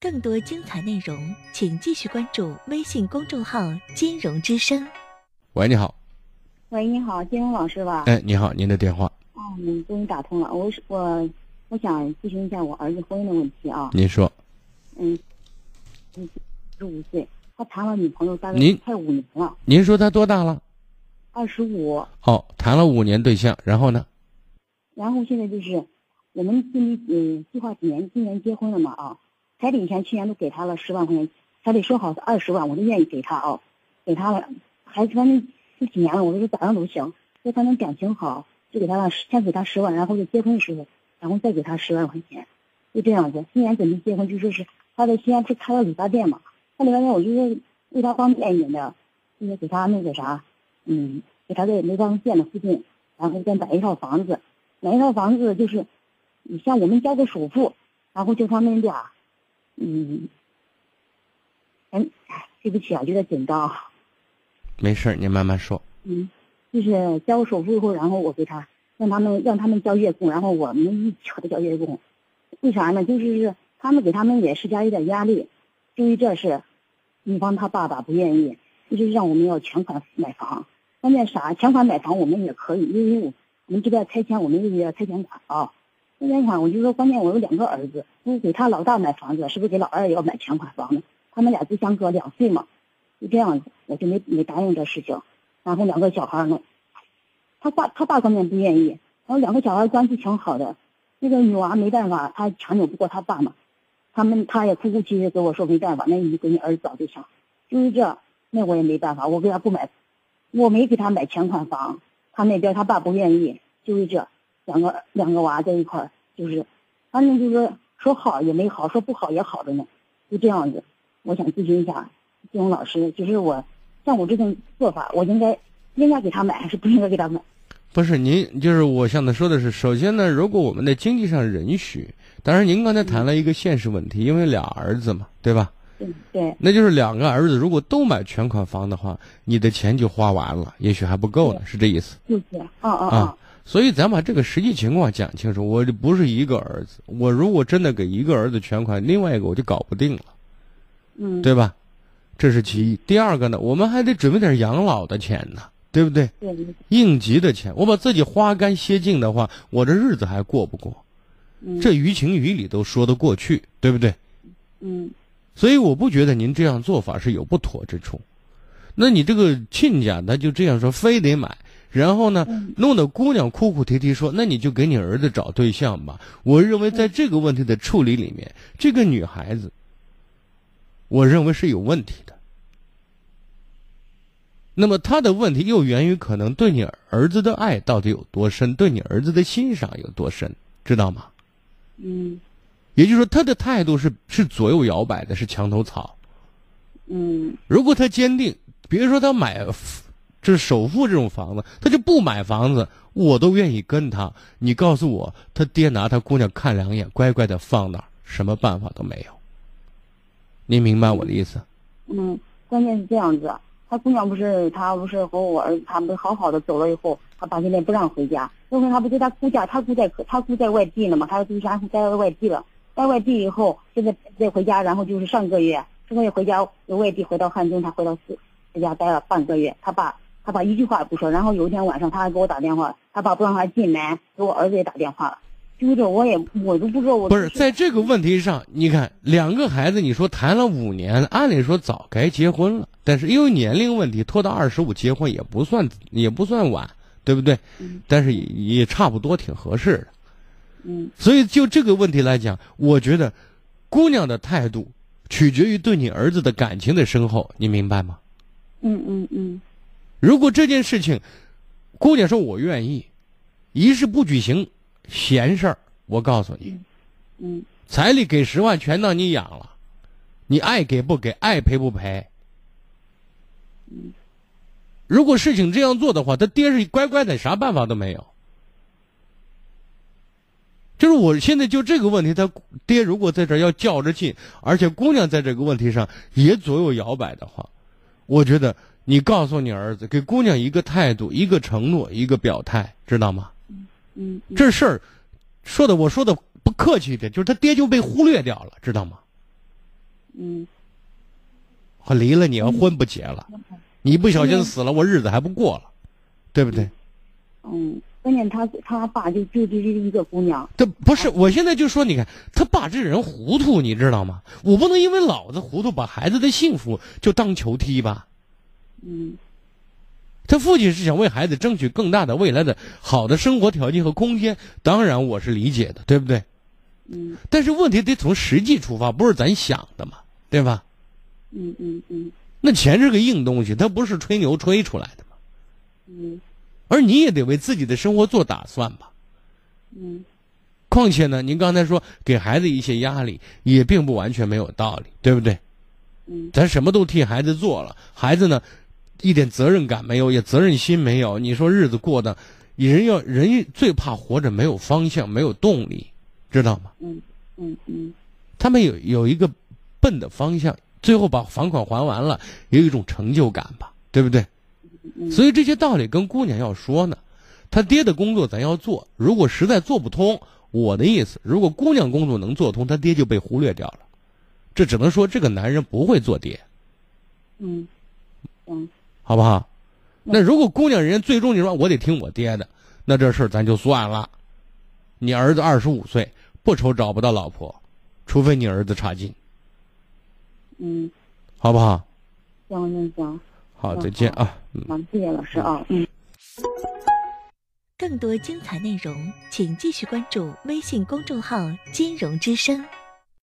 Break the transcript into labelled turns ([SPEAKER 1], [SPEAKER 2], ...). [SPEAKER 1] 更多精彩内容，请继续关注微信公众号“金融之声
[SPEAKER 2] 喂，你好，
[SPEAKER 3] 喂，你好，金融老师吧？
[SPEAKER 2] 哎，你好，您的电话，
[SPEAKER 3] 哦，你终于打通了。我是我，我想咨询一下我儿子婚姻的问题啊。
[SPEAKER 2] 您说，
[SPEAKER 3] 嗯，嗯，十五岁，他谈了女朋友大概
[SPEAKER 2] 您
[SPEAKER 3] 快五年了，
[SPEAKER 2] 您说他多大了？
[SPEAKER 3] 二十五。
[SPEAKER 2] 哦，谈了五年对象，然后呢？
[SPEAKER 3] 然后现在就是我们今年嗯计划几年今年结婚了嘛啊，彩礼以前去年都给他了十万块钱，彩礼说好是二十万，我都愿意给他啊，给他了，孩子反正这几年了，我都是咋样都行，就反正感情好，就给他了先给他十万，然后就结婚的时候，然后再给他十万块钱，就这样子。今年准备结婚，就说是他在西安不是开了理发店嘛，开理发店我就是为他方便一点的，就是给他那个啥，嗯，给他在梅庄县的附近，然后再买一套房子。买一套房子就是，你像我们交个首付，然后就他们俩，嗯，嗯，哎对不起啊，有点紧张啊，
[SPEAKER 2] 没事儿，您慢慢说。
[SPEAKER 3] 嗯，就是交首付以后，然后我给他让他们让他们交月供，然后我们一起和他交月供，为啥呢？就是是他们给他们也施加一点压力，至于这事，女方他爸爸不愿意，就是让我们要全款买房。关键啥？全款买房我们也可以，因为我我们这边拆迁，我们也拆迁款啊。拆迁款，我就说，关键我有两个儿子，就是给他老大买房子，是不是给老二也要买全款房呢？他们俩就相隔两岁嘛，就这样子，我就没没答应这事情。然后两个小孩呢，他爸他爸根本不愿意，然后两个小孩关系挺好的，那个女娃没办法，她强扭不过她爸嘛，他们他也哭哭啼啼地跟我说没办法，那你给你儿子找对象，就是这，那我也没办法，我给他不买，我没给他买全款房，他那边他爸不愿意，就是这，两个两个娃在一块儿，就是，反正就是说好也没好，说不好也好着呢，就这样子，我想咨询一下金融老师，就是我像我这种做法，我应该应该给他买还是不应该给他买？
[SPEAKER 2] 不是您，就是我向他说的是，首先呢，如果我们在经济上允许，当然您刚才谈了一个现实问题，因为俩儿子嘛，对吧？
[SPEAKER 3] 对对
[SPEAKER 2] 那就是两个儿子如果都买全款房的话，你的钱就花完了，也许还不够呢，是这意思
[SPEAKER 3] 就是，啊啊
[SPEAKER 2] 啊
[SPEAKER 3] 啊，？
[SPEAKER 2] 所以咱把这个实际情况讲清楚。我这不是一个儿子，我如果真的给一个儿子全款，另外一个我就搞不定了。
[SPEAKER 3] 嗯，
[SPEAKER 2] 对吧？这是其一。第二个呢，我们还得准备点养老的钱呢，对不对？
[SPEAKER 3] 对对，
[SPEAKER 2] 应急的钱，我把自己花干歇净的话，我这日子还过不过？
[SPEAKER 3] 嗯
[SPEAKER 2] 这于情于理都说得过去，对不对？
[SPEAKER 3] 嗯
[SPEAKER 2] 所以我不觉得您这样做法是有不妥之处。那你这个亲家他就这样说，非得买，然后呢，弄得姑娘哭哭啼啼说：“那你就给你儿子找对象吧。”我认为在这个问题的处理里面，这个女孩子，我认为是有问题的。那么她的问题又源于可能对你儿子的爱到底有多深，对你儿子的欣赏有多深，知道吗？
[SPEAKER 3] 嗯
[SPEAKER 2] 也就是说，他的态度是是左右摇摆的，是墙头草。
[SPEAKER 3] 嗯
[SPEAKER 2] 如果他坚定，别说他买这首付这种房子，他就不买房子，我都愿意跟他。你告诉我，他爹拿他姑娘看两眼，乖乖的放那儿，什么办法都没有。您明白我的意思？
[SPEAKER 3] 嗯，关键是这样子，他姑娘不是他不是和我儿子他们好好的走了以后，他爸现在不让回家，因为他不是他姑家，他姑在他姑在外地了嘛，他姑家待在外地了，在外地以后，现在再回家，然后就是上个月，上个月回家由外地回到汉中，他回到四在家待了半个月，他爸他爸一句话也不说，然后有一天晚上他还给我打电话，他爸不让他进门，给我儿子也打电话了，就是这我也我都不知道我
[SPEAKER 2] 不是，在这个问题上，你看两个孩子，你说谈了五年，按理说早该结婚了，但是因为年龄问题，拖到二十五结婚也不算也不算晚，对不对？但是也也差不多挺合适的。
[SPEAKER 3] 嗯
[SPEAKER 2] 所以就这个问题来讲，我觉得姑娘的态度取决于对你儿子的感情的深厚，你明白吗？
[SPEAKER 3] 嗯嗯嗯
[SPEAKER 2] 如果这件事情，姑娘说我愿意，仪式不举行，闲事儿，我告诉你，
[SPEAKER 3] 嗯
[SPEAKER 2] 彩礼给十万全当你养了，你爱给不给，爱赔不赔。如果事情这样做的话，他爹是乖乖的，啥办法都没有。就是我现在就这个问题，他爹如果在这儿要较着劲，而且姑娘在这个问题上也左右摇摆的话，我觉得你告诉你儿子，给姑娘一个态度、一个承诺、一个表态，知道吗？
[SPEAKER 3] 嗯嗯
[SPEAKER 2] 这事儿说的，我说的不客气一点，就是他爹就被忽略掉了，知道吗？
[SPEAKER 3] 嗯，
[SPEAKER 2] 我离了你，婚不结了，你一不小心死了，我日子还不过了，对不对？
[SPEAKER 3] 嗯，关键他他爸就就这一个姑娘，
[SPEAKER 2] 这不是，我现在就说，你看他爸这人糊涂，你知道吗？我不能因为老子糊涂把孩子的幸福就当球踢吧。
[SPEAKER 3] 嗯
[SPEAKER 2] 他父亲是想为孩子争取更大的未来的好的生活条件和空间，当然我是理解的，对不对？
[SPEAKER 3] 嗯
[SPEAKER 2] 但是问题得从实际出发，不是咱想的嘛，对吧？
[SPEAKER 3] 嗯嗯嗯
[SPEAKER 2] 那钱是个硬东西，它不是吹牛吹出来的嘛。
[SPEAKER 3] 嗯
[SPEAKER 2] 而你也得为自己的生活做打算吧。
[SPEAKER 3] 嗯
[SPEAKER 2] 况且呢，您刚才说给孩子一些压力，也并不完全没有道理，对不对？
[SPEAKER 3] 嗯
[SPEAKER 2] 咱什么都替孩子做了，孩子呢，一点责任感没有，也责任心没有。你说日子过的，人要人最怕活着没有方向，没有动力，知道吗？
[SPEAKER 3] 嗯嗯嗯
[SPEAKER 2] 他们有有一个奔的方向，最后把房款还完了，也有一种成就感吧，对不对？
[SPEAKER 3] 嗯，
[SPEAKER 2] 所以这些道理跟姑娘要说呢，他爹的工作咱要做，如果实在做不通，我的意思，如果姑娘工作能做通，他爹就被忽略掉了。这只能说这个男人不会做爹，
[SPEAKER 3] 嗯嗯
[SPEAKER 2] 好不好？那如果姑娘人家最终你说我得听我爹的，那这事儿咱就算了。你儿子二十五岁，不愁找不到老婆，除非你儿子差劲，
[SPEAKER 3] 嗯，
[SPEAKER 2] 好不好？
[SPEAKER 3] 行行行，
[SPEAKER 2] 好，
[SPEAKER 3] 嗯
[SPEAKER 2] 再见啊。嗯
[SPEAKER 3] 好，谢谢老师啊，嗯。
[SPEAKER 1] 更多精彩内容，请继续关注微信公众号“金融之声”。